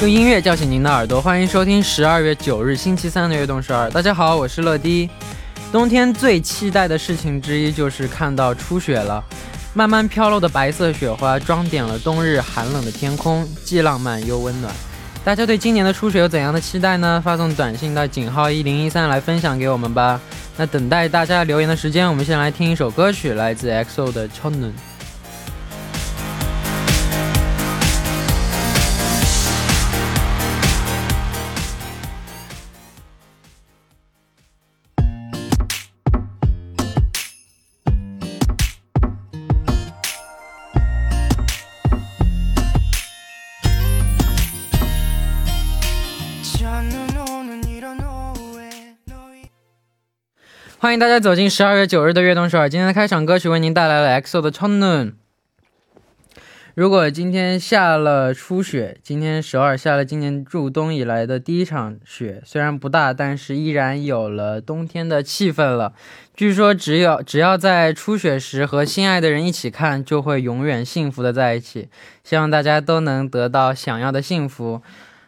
用音乐叫醒您的耳朵，欢迎收听十二月九日星期三的《悦动十二》。大家好，我是乐迪。冬天最期待的事情之一就是看到初雪了，慢慢飘落的白色雪花装点了冬日寒冷的天空，既浪漫又温暖。大家对今年的初雪有怎样的期待呢？发送短信到井号一零一三来分享给我们吧。那等待大家留言的时间，我们先来听一首歌曲，来自 XO 的《c h o n n e n 欢迎大家走进十二月九日的《悦动首尔》。今天的开场歌曲为您带来了 XO 的《Chon Noon》。如果今天下了初雪，今天首尔下了今年入冬以来的第一场雪，虽然不大，但是依然有了冬天的气氛了。据说只有只要在初雪时和心爱的人一起看，就会永远幸福的在一起。希望大家都能得到想要的幸福。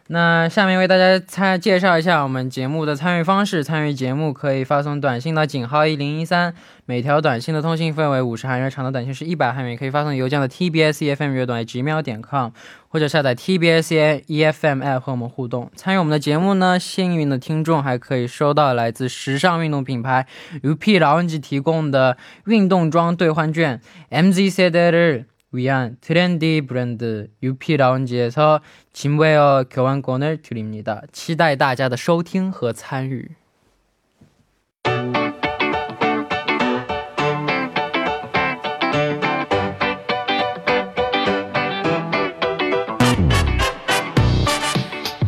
那下面为大家参介绍一下我们节目的参与方式。参与节目可以发送短信到井号一零一三，每条短信的通信费为五十韩元，长的短信是一百韩元。可以发送邮件的 tbsefm 乐短 gmail 点 com，或者下载 tbsefm E app 和我们互动。参与我们的节目呢，幸运的听众还可以收到来自时尚运动品牌 UP Lounge 提供的运动装兑换券 MZ 세대를 위한 트렌디 브랜드 UP 라운지에서 짐웨어 교환권을 드립니다. 期待大家的收听和参与。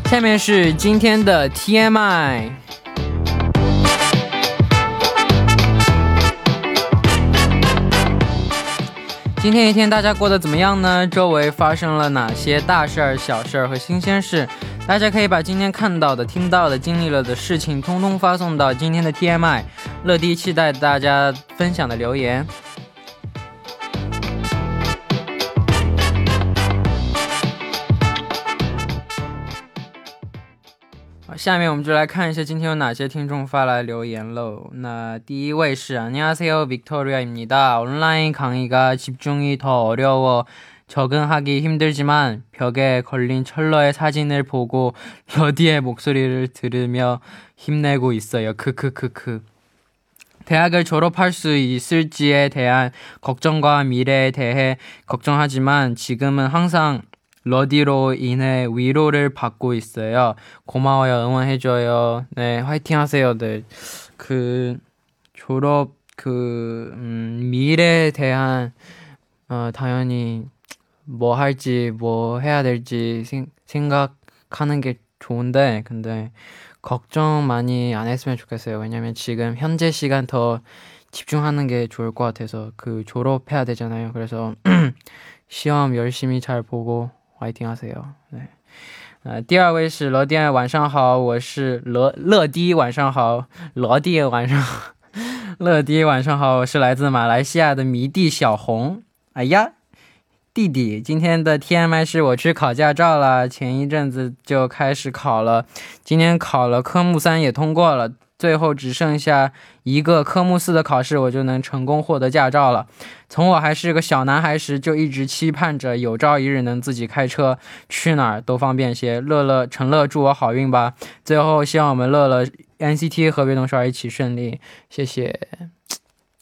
下面是今天的 TMI。今天一天大家过得怎么样呢？周围发生了哪些大事儿、小事儿和新鲜事？大家可以把今天看到的、听到的、经历了的事情，通通发送到今天的 TMI。乐迪期待大家分享的留言。好，下面我们就来看一下今天有哪些听众发来留言喽。那第一位是안녕하세요 빅토리아입니다. 온라인 강의가 집중이 더 어려워 적응하기 힘들지만 벽에 걸린 철러의 사진을 보고 러디의 목소리를 들으며 힘내고 있어요. 크크크크. 대학을 졸업할 수 있을지에 대한 걱정과 미래에 대해 걱정하지만 지금은 항상 러디로 인해 위로를 받고 있어요. 고마워요. 응원해줘요. 네, 화이팅 하세요. 네. 그, 졸업, 그, 음, 미래에 대한, 어, 당연히, 뭐 할지, 뭐 해야 될지 생, 생각하는 게 좋은데, 근데, 걱정 많이 안 했으면 좋겠어요. 왜냐면 지금 현재 시간 더 집중하는 게 좋을 것 같아서, 그, 졸업해야 되잖아요. 그래서, 시험 열심히 잘 보고 화이팅 하세요. 네. 呃，第二位是罗迪，晚上好，我是罗乐迪，晚上好，罗迪，晚上好， 乐迪，晚上好，我是来自马来西亚的迷弟小红。哎呀，弟弟，今天的 TMI 是我去考驾照了，前一阵子就开始考了，今天考了科目三也通过了，最后只剩下一个科目四的考试，我就能成功获得驾照了。从我还是个小男孩时，就一直期盼着有朝一日能自己开车，去哪儿都方便些。乐乐，陈乐，祝我好运吧！最后，希望我们乐乐、NCT 和悦动少儿一起顺利，谢谢。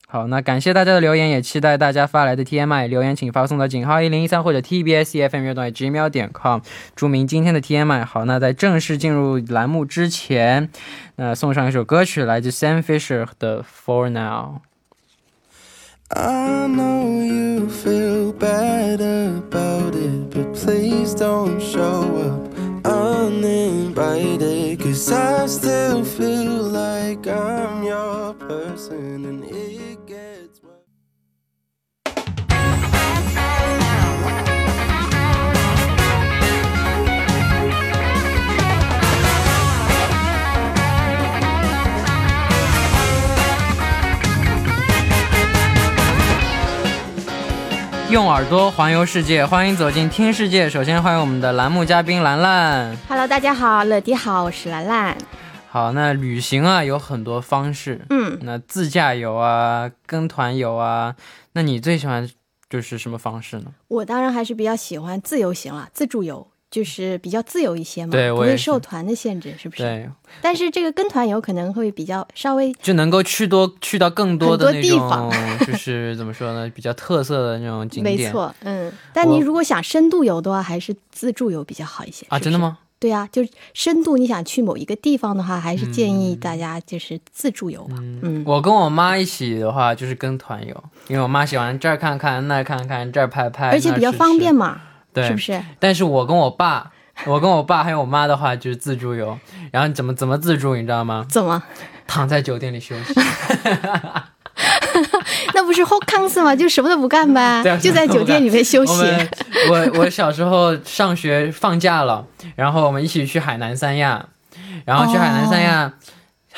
好，那感谢大家的留言，也期待大家发来的 TMI 留言，请发送到井号一零一三或者 TBSFM E 乐段 gmail 点 com，注明今天的 TMI。好，那在正式进入栏目之前，那送上一首歌曲，来自 Sam Fisher 的《For Now》。 I know you feel bad about it, but please don't show up uninvited. Cause I still feel like I'm your person and it gets worse. 「用耳朵环游世界，欢迎走进听世界。首先欢迎我们的栏目嘉宾兰兰。 Hello，大家好，乐迪好，我是兰兰。好，那旅行啊有很多方式，嗯，那自驾游啊，跟团游啊，那你最喜欢就是什么方式呢？我当然还是比较喜欢自由行了，自助游就是比较自由一些嘛，对不我也会是受团的限制，是不是？对，但是这个跟团游可能会比较稍微，就能够去多去到更多的那很多地种 方，就是怎么说呢，比较特色的那种景点。没错，嗯。但你如果想深度游的话，还是自助游比较好一些啊，真的？是不是吗？对啊，就是深度你想去某一个地方的话，还是建议大家就是自助游吧，嗯。我跟我妈一起的话，就是跟团游，因为我妈喜欢这儿看看那儿看看，这儿拍拍，而且比较方便嘛。嘛，对，是不是？但是我跟我爸，我跟我爸还有我妈的话就是自助游，然后怎么怎么自助，你知道吗？怎么？躺在酒店里休息。那不是好康斯吗？就什么都不干 呗对啊，就在酒店里面休息我。们我我小时候上学放假了，然后我们一起去海南三亚，然后去海南三亚，哦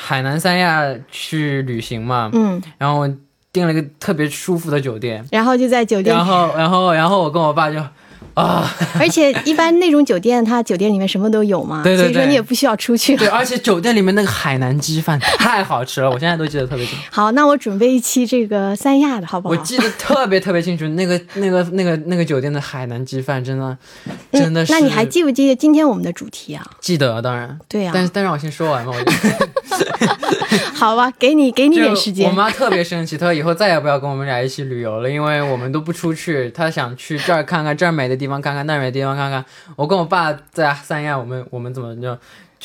海南三亚去旅行嘛，嗯，然后我订了个特别舒服的酒店，然后就在酒店然后然后然后我跟我爸就。啊，而且一般那种酒店，它酒店里面什么都有嘛，对对所以对说你也不需要出去。对，而且酒店里面那个海南鸡饭太好吃了，我现在都记得特别清楚。好，那我准备一期这个三亚的好不我好？记得特别特别清楚，那个那个那个那个酒店的海南鸡饭真的真的是，那你还记不记得今天我们的主题啊？记得？当然，对啊呀、但但让我先说完吧，我就好吧，给你给你就点时我间。妈特别生气，她说以后再也不要跟我们俩一起旅游了，因为我们都不出去。她想去这儿看看，这儿美的地方看看，那儿美的地方看看。我跟我爸在三亚，我们我们怎么就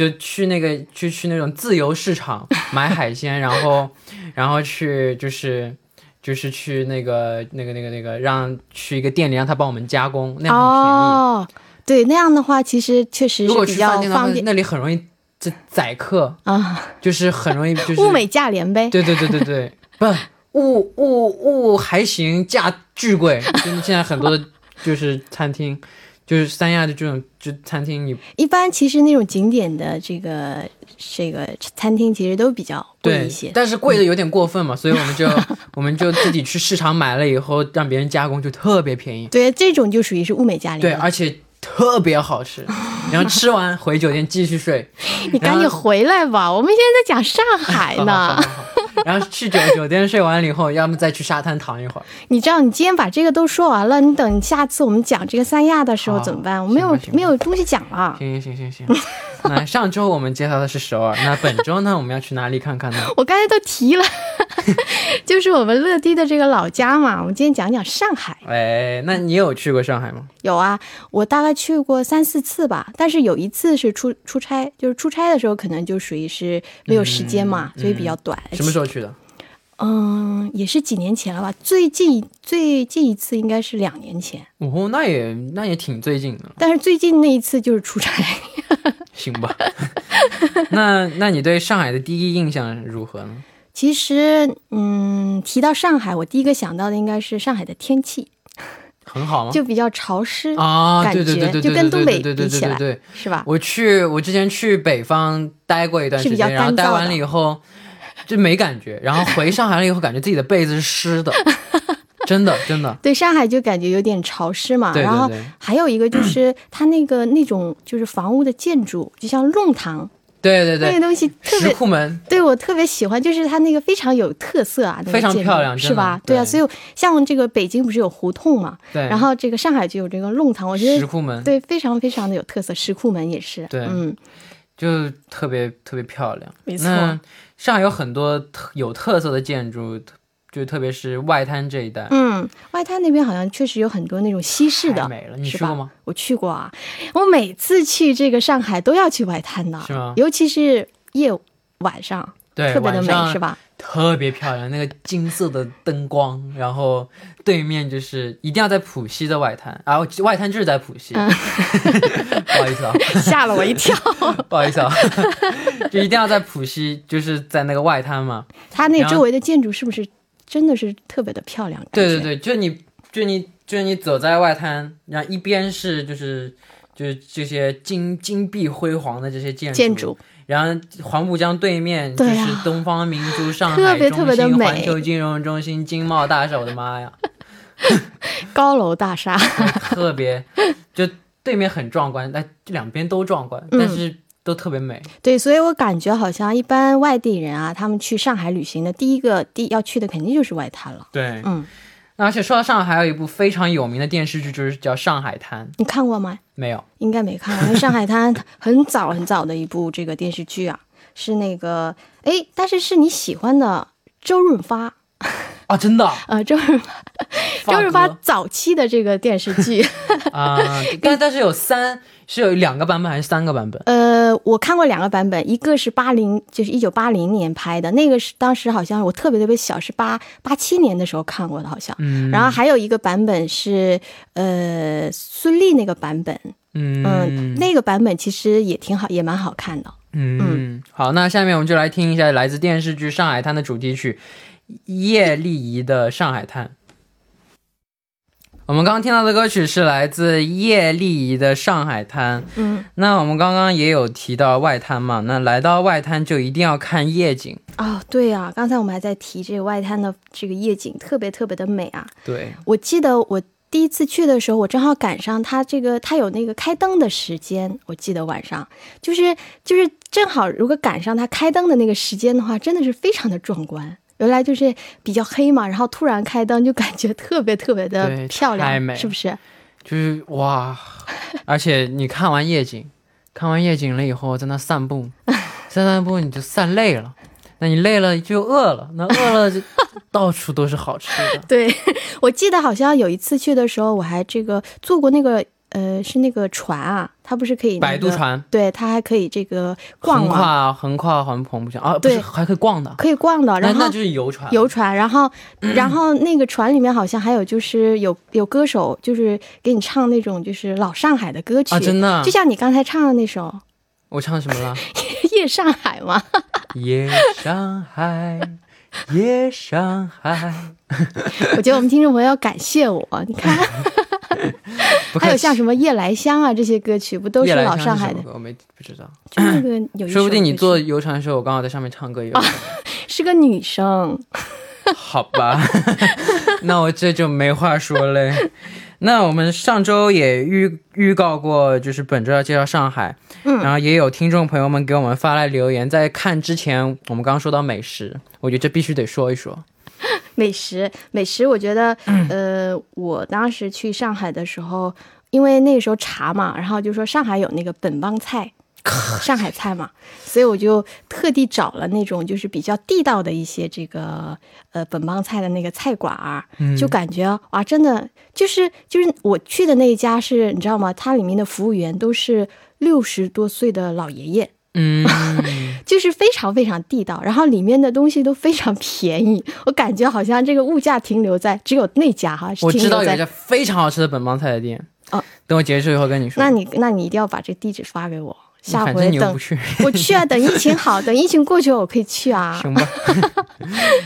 就去那个去去那种自由市场买海鲜，然后然后去就是。就是去那个、那个、那个、那个，让去一个店里让他帮我们加工，那样很便宜。哦，对，那样的话其实确实如是果比去较饭店的话方，便那里很容易这宰客，啊，就是很容易就是物美价廉呗。对对对对 对，不物物物还行，价巨贵。就是现在很 多的就是餐厅，就是三亚的这种就餐厅，你一般其实那种景点的这个这个餐厅其实都比较贵对一些，。但是贵的有点过分嘛，所以我 们就我们就自己去市场买了以后，让别人加工就特别便宜，对，这种就属于是物美价对，啊廉了。而且。特别好 吃，然后吃完回酒店继续睡，你赶紧然后回来吧，我们现在在讲上海好好 呢好。好好然后去酒酒店睡完了以后，要么再去沙滩躺一会儿，你知道，你今天把这个都说完了，你等下次我们讲这个三亚的时候好怎么办？我没有啊行吧行吧没有东西讲了。行行行 行行，那上周我们介绍的是首尔，那本周呢，我们要去哪里看看呢？我刚才都提了， 就是我们乐迪的这个老家嘛。我们今天讲讲上海。哎，那你有去过上海吗？有啊，我大概去过三四次吧，但是有一次是出出差，就是出差的时候可能就属于是没有时间嘛，嗯所以比较短。什么时候去的？嗯，也是几年前了吧。最近最近一次应该是两年前，哦，那也那也挺最近的，但是最近那一次就是出差。行吧？那那你对上海的第一印象如何呢？其实，嗯，提到上海，我第一个想到的应该是上海的天气，很好吗？就比较潮湿，哦啊，感对对对觉对对，就对跟东北对对对比起对来，对。是吧？我去，我之前去北方待过一段时是比较间，然后干燥待的完了以后就没感觉，然后回上海了以后，感觉自己的被子是湿的，真的真的。对上海就感觉有点潮湿嘛，对对然后对还有一 个就是它那个那种就是房屋的建筑，就像弄堂对对那个对，东西特石别，库门对我特别喜欢，就是它那个非常有特色啊，那个非常建筑漂亮真是的吧？对啊，对所以像这个北京不是有胡同嘛，对，然后这个上海就有这个弄堂，我觉石得库门对非常非常的有特色，石库门也是，对嗯。就特别特别漂亮。没错那上海有很多特有特色的建筑，就特别是外滩这一带，嗯，外滩那边好像确实有很多那种西式太的，美了。你是去吧过吗？我去过啊，我每次去这个上海都要去外滩的，是吗尤其是夜晚上，对，啊特别的晚美，上 是？吧？特别漂亮，那个金色的灯光，然后对面就是一定要在浦西的外滩啊，外滩就是在浦西，嗯 不好意思啊， 吓了我一跳，不好意思啊， 就一定要在浦西，就是在那个外滩嘛。它那然后周围的建筑是不是真的是特别的漂亮？对对感觉，对，就你就你就你走在外滩，然后一边是就是就是这些金金碧辉煌的这些建筑，建筑然后黄浦江对面就对是啊 东方明珠、上特海别中特别地心、美环球金融中心、经贸大厦，我的妈呀！高楼大厦， 特别就对面很壮观，但这两边都壮观，但嗯是都特别美。对，所以我感觉好像一般外地人啊，他们去上海旅行的第一个地要去的肯定就是外滩了。对，嗯，那而且说到上海，还有一部非常有名的电视剧，就是叫《上海滩》，你看过吗？没有？应该没看过，因为《上海滩》很早很早的一部这个电视剧啊，是那个哎，但是是你喜欢的周润发，啊，真的，呃，周润发，周润发发哥早期的这个电视剧，啊、但但是有三，是有两个版本还是三个版本？ 呃，我看过两个版本，一个是八零，就是一九八零年拍的，那个是当时好像我特别特别小，是八八七年的时候看过的，好像。嗯然后还有一个版本是，呃，孙俪那个版本，嗯，嗯那个版本其实也挺好，也蛮好看的。嗯，好，那下面我们就来听一下来自电视剧《上海滩》的主题曲叶丽仪的《上海滩》。我们刚刚听到的歌曲是来自叶丽仪的《上海滩》。嗯，那我们刚刚也有提到外滩嘛，那来到外滩就一定要看夜景。哦，对啊，刚才我们还在提这个外滩的这个夜景，特别特别的美啊。对，我记得我第一次去的时候，我正好赶上它这个它有那个开灯的时间，我记得晚上就是就是正好，如果赶上它开灯的那个时间的话，真的是非常的壮观。原来就是比较黑嘛，然后突然开灯，就感觉特别特别对的漂太亮，美是不是？就是哇， 而且你看完夜景，看完夜景了以后，在那散 步，散散步你就散累了，那你累了就饿了，那饿了 就到处都是好吃的。对， 我记得好像有一次去的时候，我还这个坐过那个呃，是那个船啊，它不是可以、那个、摆渡，船对，它还可以这个逛横嘛，跨横跨环澎湖江啊，不对是还可以逛的，可以逛的。那然后那就是嗯游船，游船，然后然后那个船里面好像还有就是有有歌手，就是给你唱那种就是老上海的歌曲，啊，真的就，像你刚才唱的那首我唱什么 了？ 《夜上海》嘛。 夜上海，夜上海，我觉得我们听众朋友要感谢我， 你看，不还客有气像什么《夜来香》啊这些歌曲，不都是夜来老香上是海什的么？歌我没不知道，就 那个有一首说不定你就是坐游船的时候，我刚好在上面唱歌也有可能。是个女生，好吧， 那我这就没话说嘞。那我们上周也预预告过，就是本周要介绍上海，嗯然后也有听众朋友们给我们发来留言。在看之前，我们刚刚说到美食，我觉得这必须得说一说。美食，美食，我觉得，呃，我当时去上海的时候，因为那个时候查嘛，然后就说上海有那个本帮菜，上海菜嘛，所以我就特地找了那种就是比较地道的一些这个呃本帮菜的那个菜馆儿，就感觉哇，真的就是就是我去的那一家是，你知道吗？它里面的服务员都是六十多岁的老爷爷，嗯，就是非常非常地道，然后里面的东西都非常便宜，我感觉好像这个物价停留在只有那家哈，是我停知留道有一在家。非常好吃的本帮菜的店，哦等我结束以后跟你说。那你那你一定要把这地址发给我，下反回正你又等不去，我去啊，等疫情好，等疫情过去我可以去 啊。行 吧？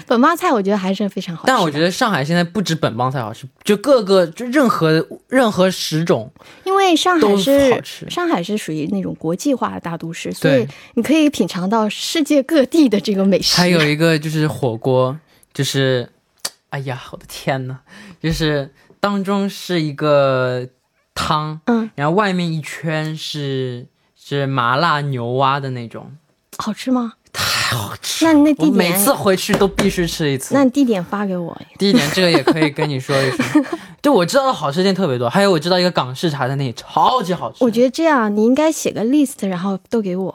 本帮菜我觉得还是非常好吃的，但我觉得上海现在不止本帮菜好吃，就各个就任何任何十种，因为上海都好是吃上海是属于那种国际化的大都市，所对以你可以品尝到世界各地的这个美食。还有一个就是火锅，就是，哎呀，我的天呐，就是当中是一个汤，嗯，然后外面一圈是是麻辣牛蛙的那种，好吃吗？太好吃那了。你那我地每点，次回去都必须吃一次。那你地点发给我。第一点，这个也可以跟你说一 说。就我知道的好吃店特别多，还有我知道一个港式茶餐厅也超级好吃。我觉得这样你应该写个 list，然后都给我，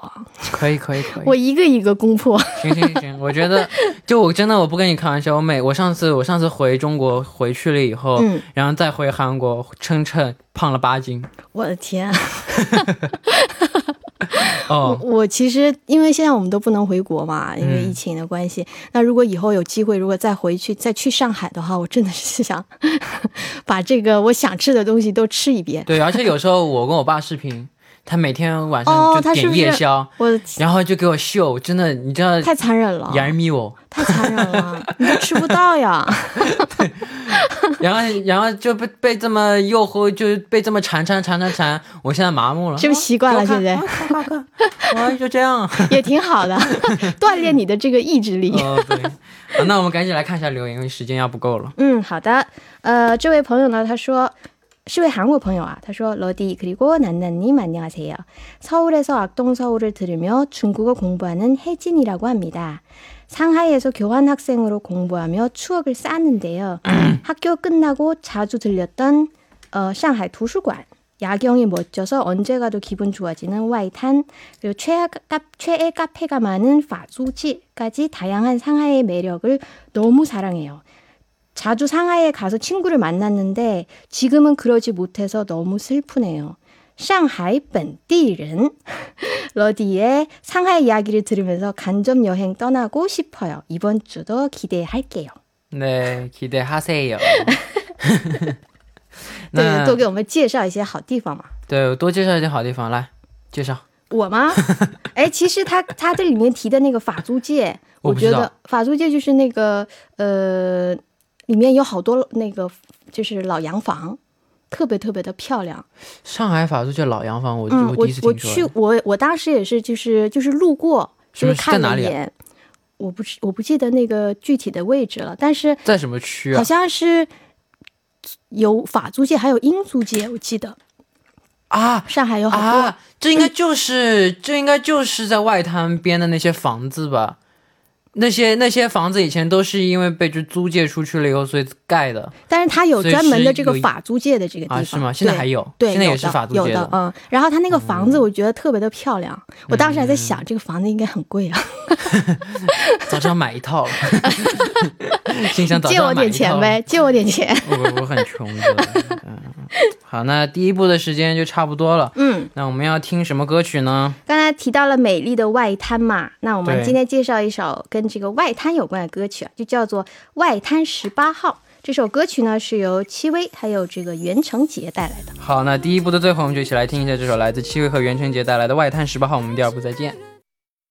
可以，可以，可以。我一个一个攻破。 行行行行，我觉得就我真的我不跟你开玩笑，我每我上次我上次回中国回去了以后，嗯然后再回韩国称称胖了八斤我的天，啊哦。我其实因为现在我们都不能回国嗯嘛，因为疫情的关系。那如果以后有机会，如果再回去再去上海的话，我真的是想 把这个我想吃的东西都吃一遍。对，而且有时候我跟我爸视频，他每天晚哦上就他是点不是夜宵，我的然后就给我秀，真的，你知道，太残忍 了，严密我，太残忍了， 你都吃不到呀。啊然后然后就被被这么诱惑，就被这么缠缠缠缠缠，我现在麻木了，是不是习惯了啊现在啊看啊 看看啊就这样。也挺好的， 锻炼你的这个意志力。哦，对，啊那我们赶紧来看一下留言，因为时间要不够了。嗯，好的。呃，这位朋友呢，他说 어, 是位韩国朋友啊，他说러디그리고난난님안녕하세요서울에서악동서울을들으며중국어공부하는혜진이라고합니다 상하이에서 교환학생으로 공부하며 추억을 쌓는데요. 학교 끝나고 자주 들렸던 어, 상하이 도서관. 야경이 멋져서 언제 가도 기분 좋아지는 와이탄, 그리고 최애, 카, 최애 카페가 많은 파주지까지 다양한 상하이의 매력을 너무 사랑해요. 자주 상하이에 가서 친구를 만났는데 지금은 그러지 못해서 너무 슬프네요. 상하이本地人 러디의 상하이 이야기를 들으면서 간접 여행 떠나고 싶어요. 이번 주도 기대할게요. 네, 기대하세요. 对，那多给我们介绍一些好地方嘛。对多介绍一些好地方来介绍。我 吗？哎，其实他他这里面提的那个法租界，我我不知觉道得法租界就是那个呃，里面有好多那个就是老洋房，特别特别的漂亮。上海法租界老洋房，我、嗯，我我第一次我听去说。我我当时也是就是就是路过，什就么是看在哪了一里啊眼，我不知我不记得那个具体的位置了，但是在什么区啊好？像是有法租界，还有英租界，我记得啊上海有好多。啊，这应该就是、这应该就是在外滩边的那些房子吧？那些那些房子以前都是因为被就租借出去了以后，所以盖的但是它有所以专门是的这个有一法租界的这个地方，啊，是吗？现在对还有，对，现在有也是的法租有界的，嗯。然后他那个房子，我觉得特别的漂亮。我当时嗯还在想，这个房子应该很贵啊，早知道买一 套了， 心想早知借道我买一点套钱了呗，借我点钱。 我我很穷的。嗯，好，那第一部的时间就差不多了。嗯，那我们要听什么歌曲呢？刚才提到了美丽的外滩嘛，那我们对今天介绍一首跟这个外滩有关的歌曲啊，就叫做《外滩十八号》。这首歌曲呢是由戚薇还有这个袁成杰带来的。好，那第一部的最后，我们就一起来听一下这首来自戚薇和袁成杰带来的《外滩十八号》。我们第二部再见。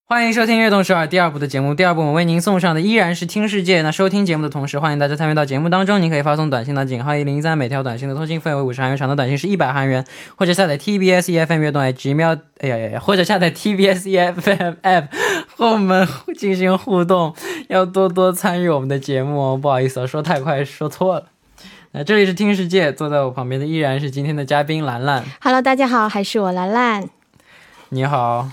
欢迎收听《悦动首尔》第二部的节目。第二部我们为您送上的依然是听世界。那收听节目的同时，欢迎大家参与到节目当中。您可以发送短信到井号一零三，每条短信的通信费为五十韩元，长的短信是一百韩元，或者下载 TBS EFM 悦动 at gmail，哎呀呀呀，或者下载 TBS EFM app 和我们进行互动。要多多参与我们的节目哦。不好意思啊，说太快说错了。那哎这里是听世界，坐在我旁边的依然是今天的嘉宾兰 兰， Hello，大家好，还是我兰兰。你 好。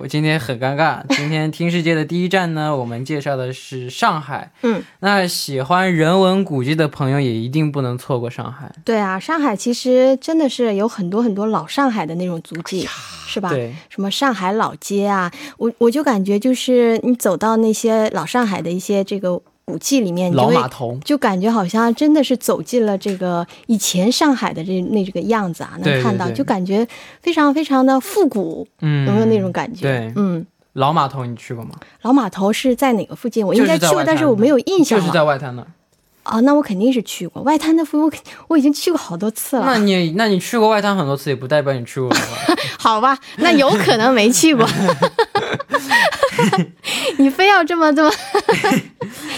我今天很尴尬。今天听世界的第一站呢，我们介绍的是上海。嗯，那喜欢人文古迹的朋友也一定不能错过上海。对啊，上海其实真的是有很多很多老上海的那种足迹，是吧？哎对，什么上海老街啊，我我就感觉就是你走到那些老上海的一些这个古迹里面，你就老会码头。就感觉好像真的是走进了这个以前上海的这那这个样子啊，对能看到对对就感觉非常非常的复古，嗯，有没有那种感觉？对嗯，老码头？你去过吗？老码头是在哪个附近？我就应是在该去外过，滩但是我没有印象就是了。在外滩那儿。啊，那我肯定是去过外滩的附近，我肯我已经去过好多次了。那你那你去过外滩很多次，也不代表你去过文化。 好吧，那有可能没去 过。 你非要这么这么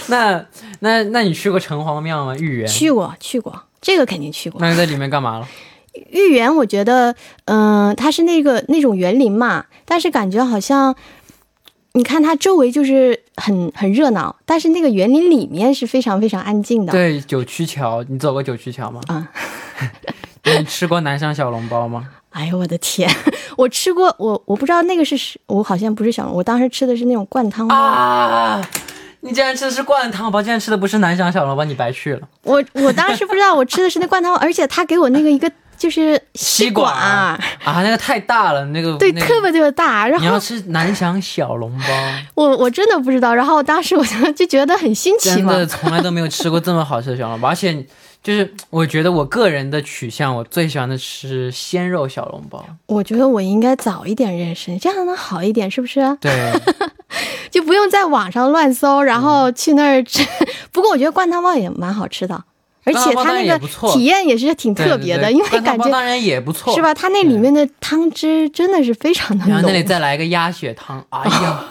那那那你去过城隍庙吗？豫园？去过去过，这个肯定去过。那你在里面干嘛了？豫园，我觉得，嗯、它是那个那种园林嘛，但是感觉好像，你看它周围就是很很热闹，但是那个园林里面是非常非常安静的。对，九曲桥，你走过九曲桥吗？啊 你吃过南翔小笼包吗？哎呦我的天， 我吃过，我我不知道那个是是，我好像不是小笼，我当时吃的是那种灌汤包。啊！你竟然吃的是灌汤包，竟然吃的不是南翔小笼包，你白去了。我我当时不知道我吃的是 那灌汤包，而且他给我那个一个就是吸吸管管儿，啊，那个太大了，那个对，那个、特别特别大。然你要后吃南翔小笼包，我我真的不知道，然后当时我就就觉得很新奇真嘛的。从来都没有吃过这么好吃的小 笼包，而且就是我觉得我个人的取向，我最喜欢的是鲜肉小笼包。我觉得我应该早一点认识，这样能好一点，是不是？对，就嗯 不用在网上乱搜，然后去那儿吃。不过我觉得灌汤包也蛮好吃的，而且它那也个不错体验也是挺 特别的，对对对因为干感汤包觉当然也不错，是？吧？它那里面的汤汁真的是非常的然后那里浓。再来个鸭血汤，哎呀，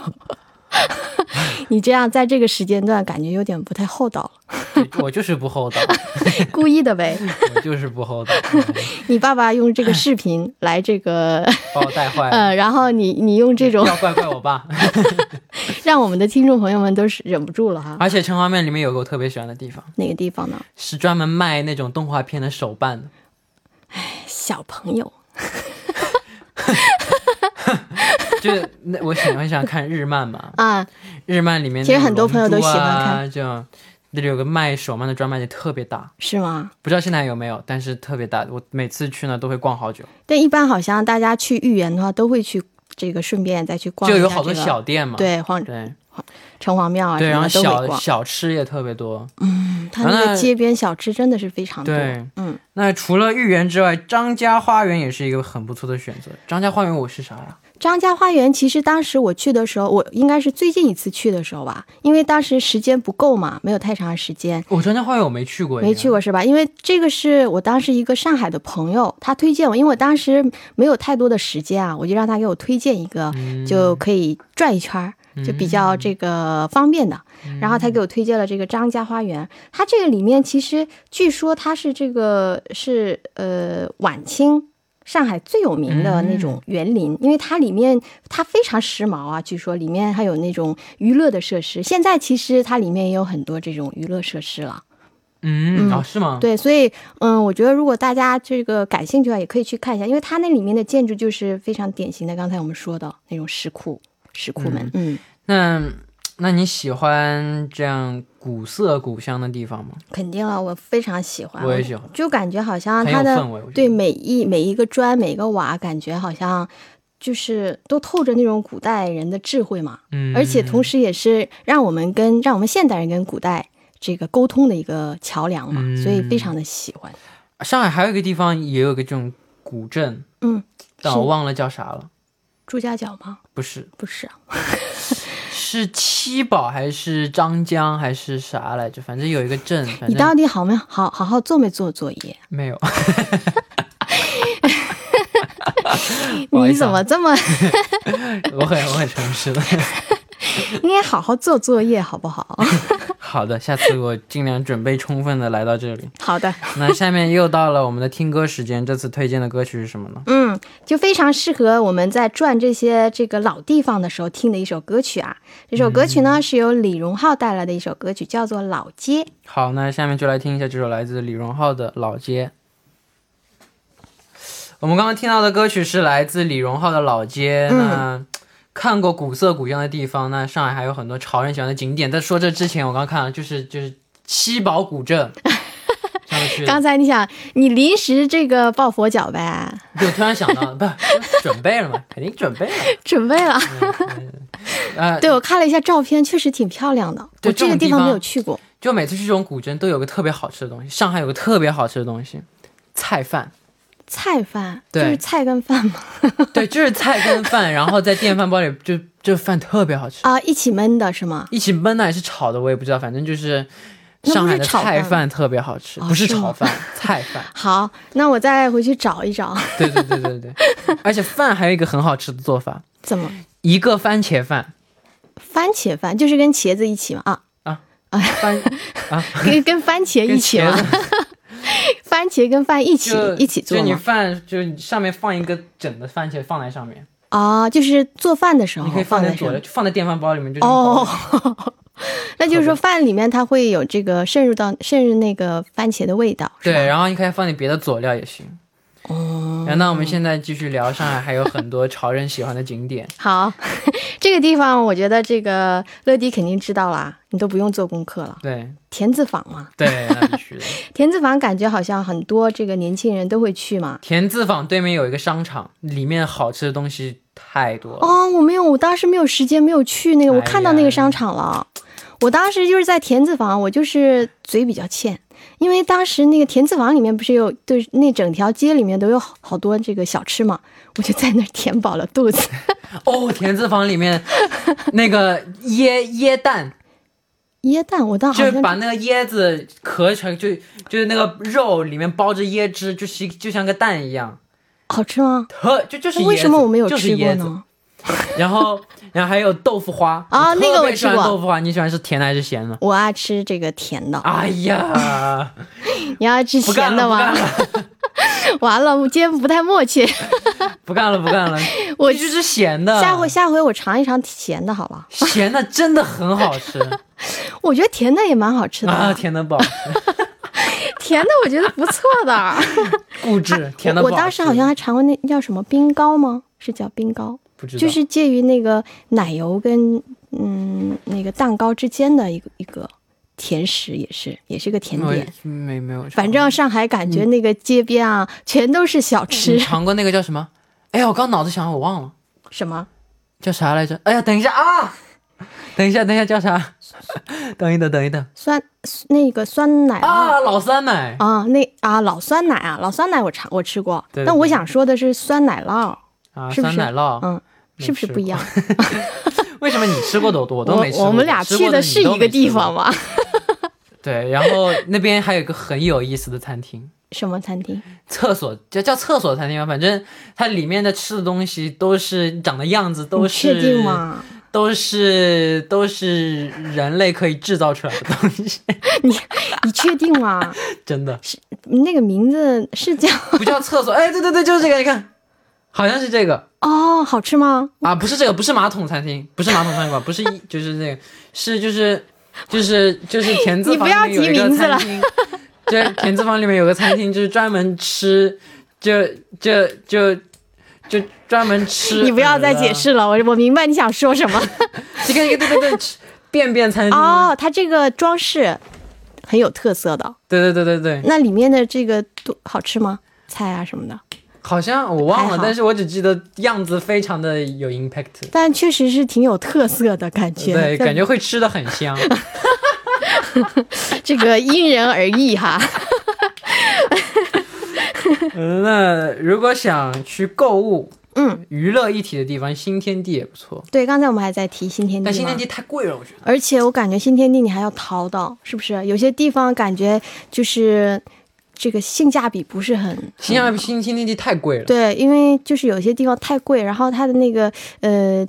你这样在这个时间段感觉有点不太厚道了，对我就是不厚道，故意 的呗。我就是不厚道，嗯你爸爸用这个视频来这个，把我带坏了。呃，然后你你用这种要怪怪我爸， 让我们的听众朋友们都是忍不住了哈。而且城隍庙里面有个我特别喜欢的地方，哪个地方呢？是专门卖那种动画片的手办的。小朋友，就是那我喜欢喜欢看日漫嘛，啊，日漫里面其实很多朋友都喜欢看，看啊这样那里有个卖手办的专卖店特别大，是吗？不知道现在有没有，但是特别大，我每次去呢都会逛好久，但一般好像大家去豫园的话，都会去这个顺便再去逛一就下这有个，好多小店嘛，对晃对城隍庙啊对，什然么后的都会小逛。小吃也特别多，嗯它那那个街边小吃真的是非常多。对，嗯，那除了豫园之外，张家花园也是一个很不错的选择。张家花园我是啥呀？张家花园其实当时我去的时候，我应该是最近一次去的时候吧，因为当时时间不够嘛，没有太长时间。我、张家花园我没去过，没去。过是吧？因为这个是我当时一个上海的朋友，他推荐我，因为我当时没有太多的时间啊，我就让他给我推荐一个，嗯就可以转一圈儿，就比较这个方便的。然后他给我推荐了这个张家花园，它这个里面其实据说它是这个是呃晚清。上海最有名的那种园林，因为它里面它非常时髦啊，据说里面还有那种娱乐的设施。现在其实它里面也有很多这种娱乐设施了。嗯，哦，是吗？，对，所以嗯，我觉得如果大家这个感兴趣的话，也可以去看一下，因为它那里面的建筑就是非常典型的，刚才我们说的那种石库石库门，嗯，那那你喜欢这样古色古香的地方吗？肯定啊了，我非常喜欢，我也喜欢就感觉好像很它有的氛围我觉得对每一每一个砖每一个瓦，感觉好像就是都透着那种古代人的智慧嘛，嗯，而且同时也是让我们跟让我们现代人跟古代。这个沟通的一个桥梁嘛，所嗯以非常的喜欢。上海还有一个地方也有个这种古镇，嗯，但是我忘了叫啥了。朱家角吗？不是，不是啊，是七宝还是张江还是啥来着？反正有一个镇，反你正到底好没好好好做没做作业？啊没有。 不好意哎你思啊怎么这么？ 我很我很诚实的。 应该好好做作业，好不好？好的，下次我尽量准备充分的来到这里。好的，那下面又到了我们的听歌时间，这次推荐的歌曲是什么呢？ 嗯，就非常适合我们在转这些这个老地方的时候听的一首歌曲啊。这首歌曲嗯呢是由李荣浩带来的一首歌曲，叫做《老街》。好，那下面就来听一下这首来自李荣浩的《老街》。我们刚刚听到的歌曲是来自李荣浩的《老街》。那看过古色古香的地方，那上海还有很多潮人喜欢的景点。在说这之前，我刚看了，就是就是七宝古镇，上面去的。刚才你想，你临时这个抱佛脚呗，就突然想到，不准备了嘛，肯定准备了。 准备了。呃，对我看了一下照片，确实挺漂亮的。对我这这个种地地方没方有去过，就每次去这种古镇都有个特别好吃的东西。上海有个特别好吃的东西，菜饭。菜饭就对是菜跟饭嘛，对，就是菜跟饭，然后在电饭煲里就就饭特别好吃，啊，一起焖的是吗？一起焖的还是炒的，我也不知道，反正就是那不是上海的炒饭菜饭特别好吃，哦不是是吗炒饭， 菜饭。好，那我再回去找一找， 对对对对对，而且饭还有一个很好吃的做法，怎么一个番茄饭番茄饭就是跟茄子一起嘛 啊，番跟跟番 茄跟一起茄嘛，子番茄跟饭一起就一起做就你吗？饭就上面放一个整的番茄放在上面，啊，就是做饭的时候你可以放在在左的，上面。就放在电饭煲里面就哦， 那就是说饭里面它会有这个渗入到渗入那个番茄的味道，是对，吧？然后你可以放点别的佐料也行。哦，那我们现在继续聊上海还有很多潮人喜欢的景点。好， 这个地方我觉得这个乐迪肯定知道啦，你都不用做功课了。对田字坊嘛，对，那必须的。田字坊感觉好像很多这个年轻人都会去嘛。田字坊对面有一个商场，里面好吃的东西太多了。哦，我没有，我当时没有时间，没有去哎那个，我看到那个商场了。我当时就是在田子坊，我就是嘴比较欠，因为当时那个田子坊里面不是有对那整条街里面都有好好多这个小吃嘛，我就在那儿填饱了 肚子。哦，田字坊里面那个椰椰蛋，椰蛋，我倒好就像是把那个椰子壳成就就是那个肉里面包着椰汁，就是就像个蛋一样，好吃吗？和就就是椰子为什么我没有吃就是过椰子呢？然后，然后还有豆腐花啊那个特我别喜欢吃过豆腐花，你喜欢是甜的还是咸的？我爱吃这个甜的，哎 呀，你要吃不干咸了，的不干吗？了，完了，我今天不太默契，不干了，不干了， 我必须是咸的。下回下回我尝一尝咸的好吧？咸的真的很好 吃我觉得甜的也蛮好吃的，啊，甜的不好吃，甜的我觉得不错的。固执，甜的不啊好我吃。当时好像还尝过那叫什么冰糕吗？是叫冰糕，不知道，就是介于那个奶油跟嗯那个蛋糕之间的一个一个甜食，也是也是个甜我点。没没有尝过，嗯反正上海感觉那个街边啊，全都是小吃你。尝过那个叫什么？哎呀，我刚脑子想，我忘了 什么？叫啥来着。哎呀，等一下啊，等一下，等一下叫啥？等一等，等一等酸那个酸奶酪啊，老酸奶啊，那啊老酸奶啊，老酸奶我尝我吃过，对对但对我想说的是酸奶酪，啊，是不酸是奶酪，嗯，没是不是吃不一样？为什么你吃过的我多，我都没吃过我我们俩吃去过的是一个地方吗？吗？ 对，然后那边还有一个很有意思的餐厅，什么餐厅？厕所叫叫厕所餐厅吧，反正它里面的吃的东西都是长的样子，都你是确定吗？都是都是人类可以制造出来的东西， 你确定吗？真的那个名字是叫不叫厕所，哎，对对对，就是这个，你看，好像是这个 哦，好吃吗？啊，不是这个，不是马桶餐厅，不是马桶餐馆，不是一就是那个，是就是就是就是田字你不房要里面有提一个名字餐了厅，就是田字房里面有个餐厅，就是专门吃，就就就就专门吃，嗯 啊你不要再解， 释了，我我明白你想说什 么。这个这个对对对，吃便便餐厅，哦，它这个装饰很有特色的，对对对对对。那里面的这个都好吃吗？菜啊什么的，好像我忘还了，好但是我只记得样子非常的有 impact，但确实是挺有特色的感觉。对，在感觉会吃的很 香。这个因人而异哈。 嗯，那如果想去购物，嗯，娱乐一体的地方，新天地也不错，对，刚才我们还在提新天地但嘛，新天地太贵了，我觉得。而且我感觉新天地你还要淘到，是不是？有些地方感觉就是这个性价比不是很新亚新新天地太贵了，对，因为就是有些地方太贵，然后它的那个呃，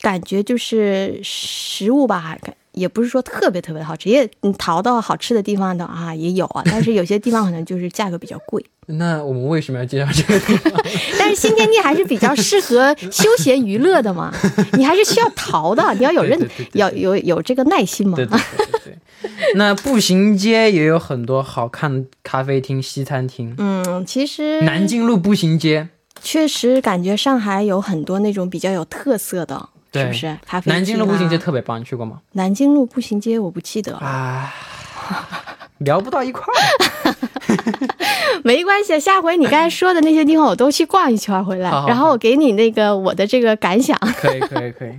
感觉就是食物吧，感也不是说特别特别好吃，也你淘到好吃的地方的啊也有啊，但是有些地方可能就是价格比较 贵。那我们为什么要介绍这 个地方？但是新天地还是比较适合休闲娱乐 的嘛，你还是需要淘的，你要有认对对对对要有有这个耐心嘛啊对。对对对对。那步行街也有很多好看的咖啡厅、西餐厅。嗯，其实南京路步行街，确实感觉上海有很多那种比较有特色的，是不对是？咖啡南京路步行街厅啊特别棒，你去过吗？南京路步行街我不记得了。啊， 聊不到一块儿。 没关系，下回你刚才说的那些地方我都去逛一圈回来，好好好然后我给你那个我的这个感想。可以可以可以。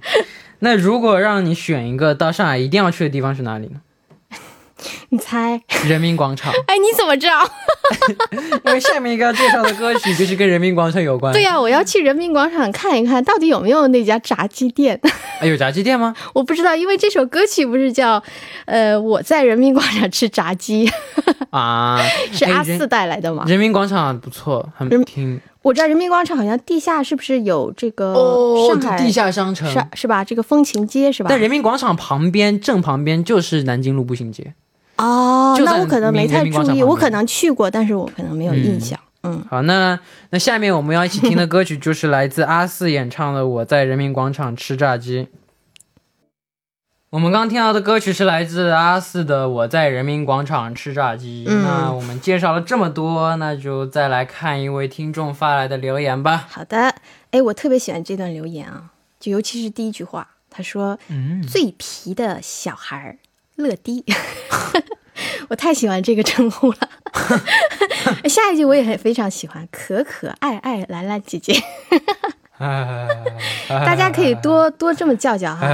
那如果让你选一个到上海一定要去的地方是哪里呢？你猜？人民广场，哎，你怎么知道？因为下面一个要介绍的歌曲就是跟人民广场有关。 对、呀、我要去人民广场看一看，到底有没有那家炸鸡店？ 哎，有炸鸡店吗？我不知道，因为这首歌曲不是叫，呃，我在人民广场吃炸 鸡，啊， 是哎阿人四带来的吗？人民广场不错，很人挺我知道人民广场好像地下是不是有这个哦上呃海、哦地下商城。是是吧？这个风情街是吧？但人民广场旁边正旁边就是南京路步行街。哦，就在那我可能没太人民广注场意，旁边我可能去过，但是我可能没有印象。嗯好，那那下面我们要一起听的歌曲就是来自阿四演唱的《我在人民广场吃炸鸡》。我们刚听到的歌曲是来自阿四的《我在人民广场吃炸鸡》。嗯那我们介绍了这么多，那就再来看一位听众发来的留言吧。好的，哎，我特别喜欢这段留言啊，就尤其是第一句话，他说嗯， “最皮的小孩儿乐迪”， 我太喜欢这个称呼了。 下一句我也很非常喜欢，可可爱爱兰兰姐姐，大家可以多多这么叫叫哈。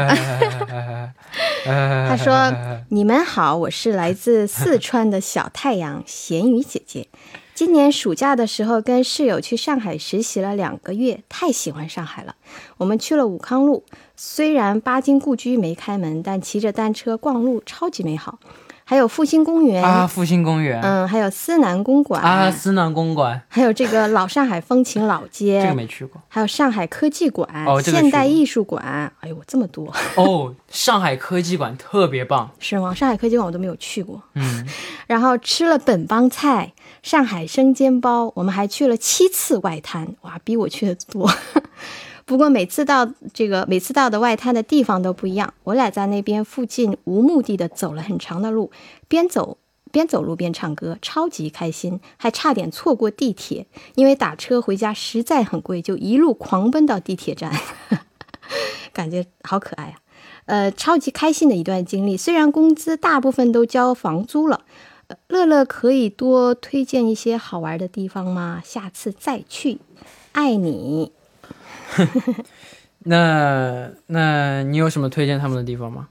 他 说：“你们好，我是来自四川的小太阳咸鱼姐姐。今年暑假的时候跟室友去上海实习了两个月，太喜欢上海了。我们去了武康路，虽然巴金故居没开门，但骑着单车逛路超级美好。还有复兴公园，啊，复兴公园嗯，还有思南公馆，啊，思南公馆，还有这个老上海风情老街，这个没去过还有上海科技馆、哦这个现代去过艺术馆，哎呦，我这么多哦。上海科技馆特别棒，是吗？上海科技馆我都没有去过。嗯， 然后吃了本帮菜、上海生煎包，我们还去了七次外滩，哇，比我去的多。 不过每次到这个每次到的外滩的地方都不一样，我俩在那边附近无目的的走了很长的路，边走。边走路边唱歌，超级开心，还差点错过地铁，因为打车回家实在很贵，就一路狂奔到地铁站。 感觉好可爱啊！呃，超级开心的一段经历。虽然工资大部分都交房租了，呃乐乐可以多推荐一些好玩的地方吗？下次再去，爱你。那那你有什么推荐他们的地方吗？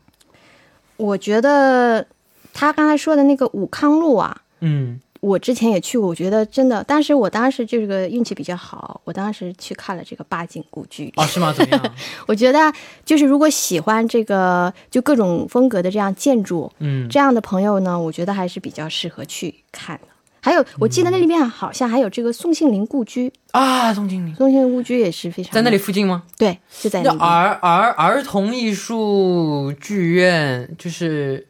我觉得他刚才说的那个武康路啊，嗯，我之前也去过，我觉得真的，但是我当时这个运气比较好，我当时去看了这个八景故居。哦，是吗？怎么样？我觉得就是如果喜欢这个就各种风格的这样建筑，嗯，这样的朋友呢，我觉得还是比较适合去看的。还有，我记得那里嗯面好像还有这个宋庆龄故居，啊，宋庆龄宋庆龄故居也是非常在那里，附近吗？对，就在那那啊里。儿儿儿童艺术剧院就是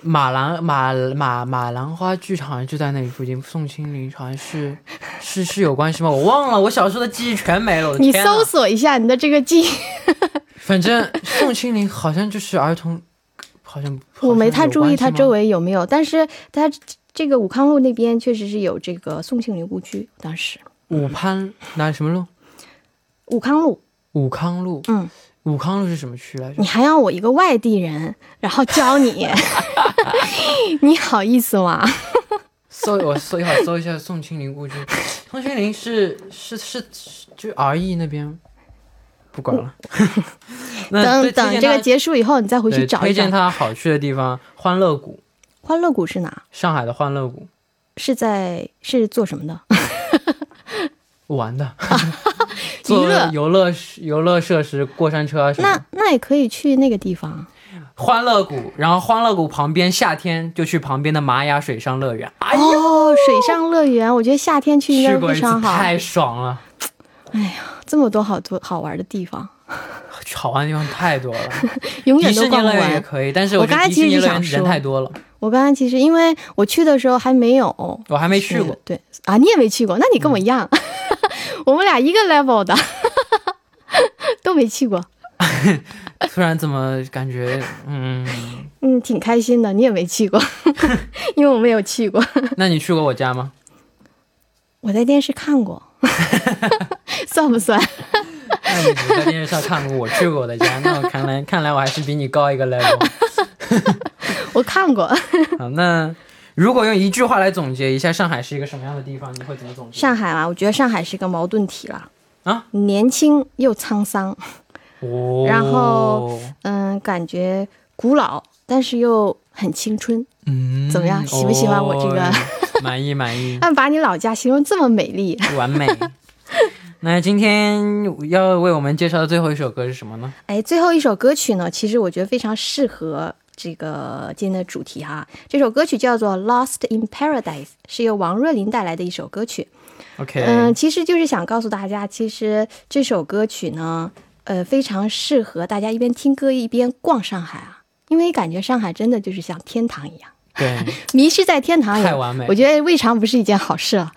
马兰马马马兰花剧场，好像就在那里附近。宋庆龄好像是 是是有关系吗？我忘了，我小时候的记忆全没了。我的你天啊呐搜索一下你的这个记忆，反正宋庆龄好像就是儿童，好像我没太注意它周围。围有没有，但是它这个武康路那边确实是有这个宋庆龄故居。当时武潘哪什么路？武康路，武康路。嗯，武康路是什么区来着你？还让我一个外地人，然后 教你，你好意思吗？搜我搜一会儿搜一下宋庆龄故居。宋庆龄是是是是就 R E 那边，不管了。那等嗯对推等，荐这他个结束以后，你再回去对找一推荐找。他好去的地方，欢乐谷，欢乐谷是哪？上海的欢乐谷，是在是做什么的？玩的。 娱乐做游乐游乐设施，过山车啊什么的。 那那也可以去那个地方，啊欢乐谷，然后欢乐谷旁边夏天就去旁边的玛雅水上乐园，哎，哦，水上乐园，我觉得夏天去应该去过非一常次好。太爽了，这么多好多好玩的地方，好玩的地方太多 了。永迪远士都尼逛不乐园也完。可以，但是我觉得刚才迪士其尼实乐是园想人说太多了，我刚刚其实因为我去的时候还没有我还没去过是。对啊，你也没去过，那你跟我一样， 我们俩一个 level 的， 都没去过。突然怎么感觉，嗯，嗯，挺开心的，你也没去过， 因为我没有去 过。那你去过我家吗？我在电视看过， 算不算？那你只在电视上看过我去过我的家，那我看来 看来我还是比你高一个 level。 我看过。好，那如果用一句话来总结一下上海是一个什么样的地方，你会怎么总结？上海啊，我觉得上海是个矛盾体了啊，年轻又沧桑，哦，然后嗯，感觉古老，但是又很青春。嗯，怎么样喜不喜欢我这个 哦？ 满意满意，但把你老家形容这么美丽，完美。那今天要为我们介绍的最后一首歌是什么呢？哎，最后一首歌曲呢，其实我觉得非常适合这个今天的主题哈。这首歌曲叫做《Lost in Paradise》，是由王若琳带来的一首歌曲。 OK，嗯，其实就是想告诉大家，其实这首歌曲呢，呃，非常适合大家一边听歌一边逛上海啊，因为感觉上海真的就是像天堂一样，对，迷失在天堂里。太完美我觉得未尝不是一件好事啊。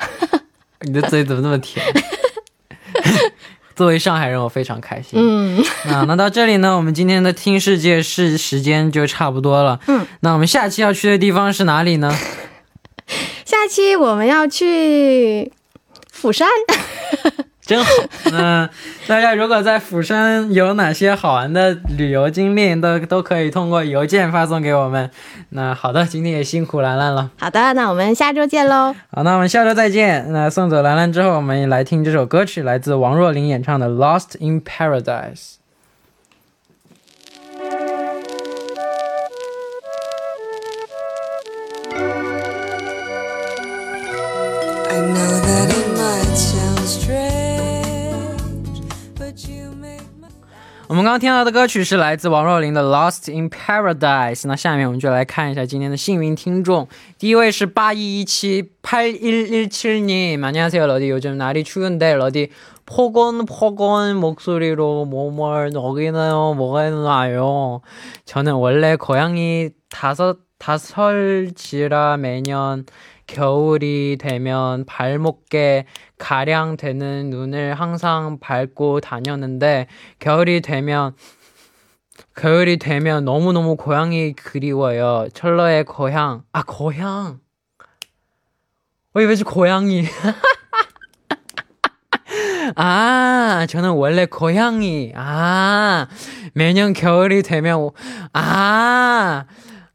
你的嘴怎么那么甜？ 作为上海人，我非常开心。嗯，啊，那到这里呢，我们今天的听世界是时间就差不多了。嗯，那我们下期要去的地方是哪里呢？下期我们要去釜山， 真 好。那嗯大家如果在釜山有哪些好玩的旅游经历，都都可以通过邮件发送给我们。那好的，今天也辛苦兰兰了。好的，那我们下周见喽。好，那我们下周再见。那送走兰兰之后，我们也来听这首歌曲，来自王若琳演唱的《Lost in Paradise》。 Lost in 我们刚刚听到的歌曲是来自王若琳的《Lost in Paradise》。那下面我们就来看一下今天的幸运听众，第一位是八一一七 8117님. 안녕하세요, 러디. 요즘 날이 추운데 러디 포근포근 목소리로 몸을 녹이나요? 뭐가 있나요? 저는 원래 고양이 다섯 다설지라 매년 겨울이 되면 발목에 가량 되는 눈을 항상 밟고 다녔는데 겨울이 되면 겨울이 되면 너무너무 고향이 그리워요. 철러의 고향. 아, 고향. 어, 이왜 고양이? 아, 저는 원래 고양이. 아, 매년 겨울이 되면, 오- 아,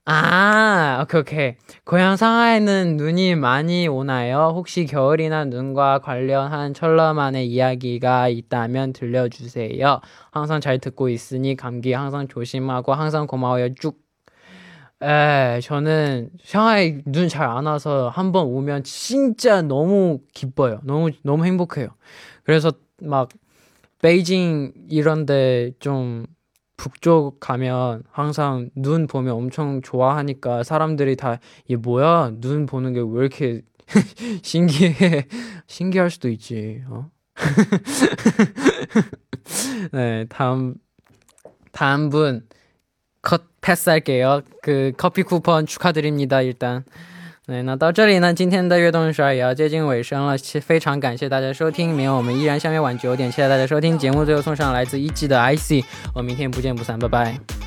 아, 오케이, 오케이. 고향 상하에는 눈이 많이 오나요? 혹시 겨울이나 눈과 관련한 철러만의 이야기가 있다면 들려주세요. 항상 잘 듣고 있으니 감기 항상 조심하고 항상 고마워요. 쭉. 에, 저는 상하이 눈 잘 안 와서 한 번 오면 진짜 너무 기뻐요. 너무 너무 행복해요. 그래서 막 베이징 이런데 좀 북쪽 가면 항상 눈 보면 엄청 좋아하니까 사람들이 다 얘 뭐야 눈 보는 게 왜 이렇게 신기해 신기할 수도 있지. 어? 네 다음 다음 분. 컷 패스할게요. 그 커피 쿠폰 축하드립니다. 일단. 네, 对，那到这里呢，今天的悦动十二也要接近尾声了，其非常感谢大家收听，明晚我们依然相约晚九点，谢谢大家收听节目，最后送上来自一季的 IC，我们明天不见不散，拜拜。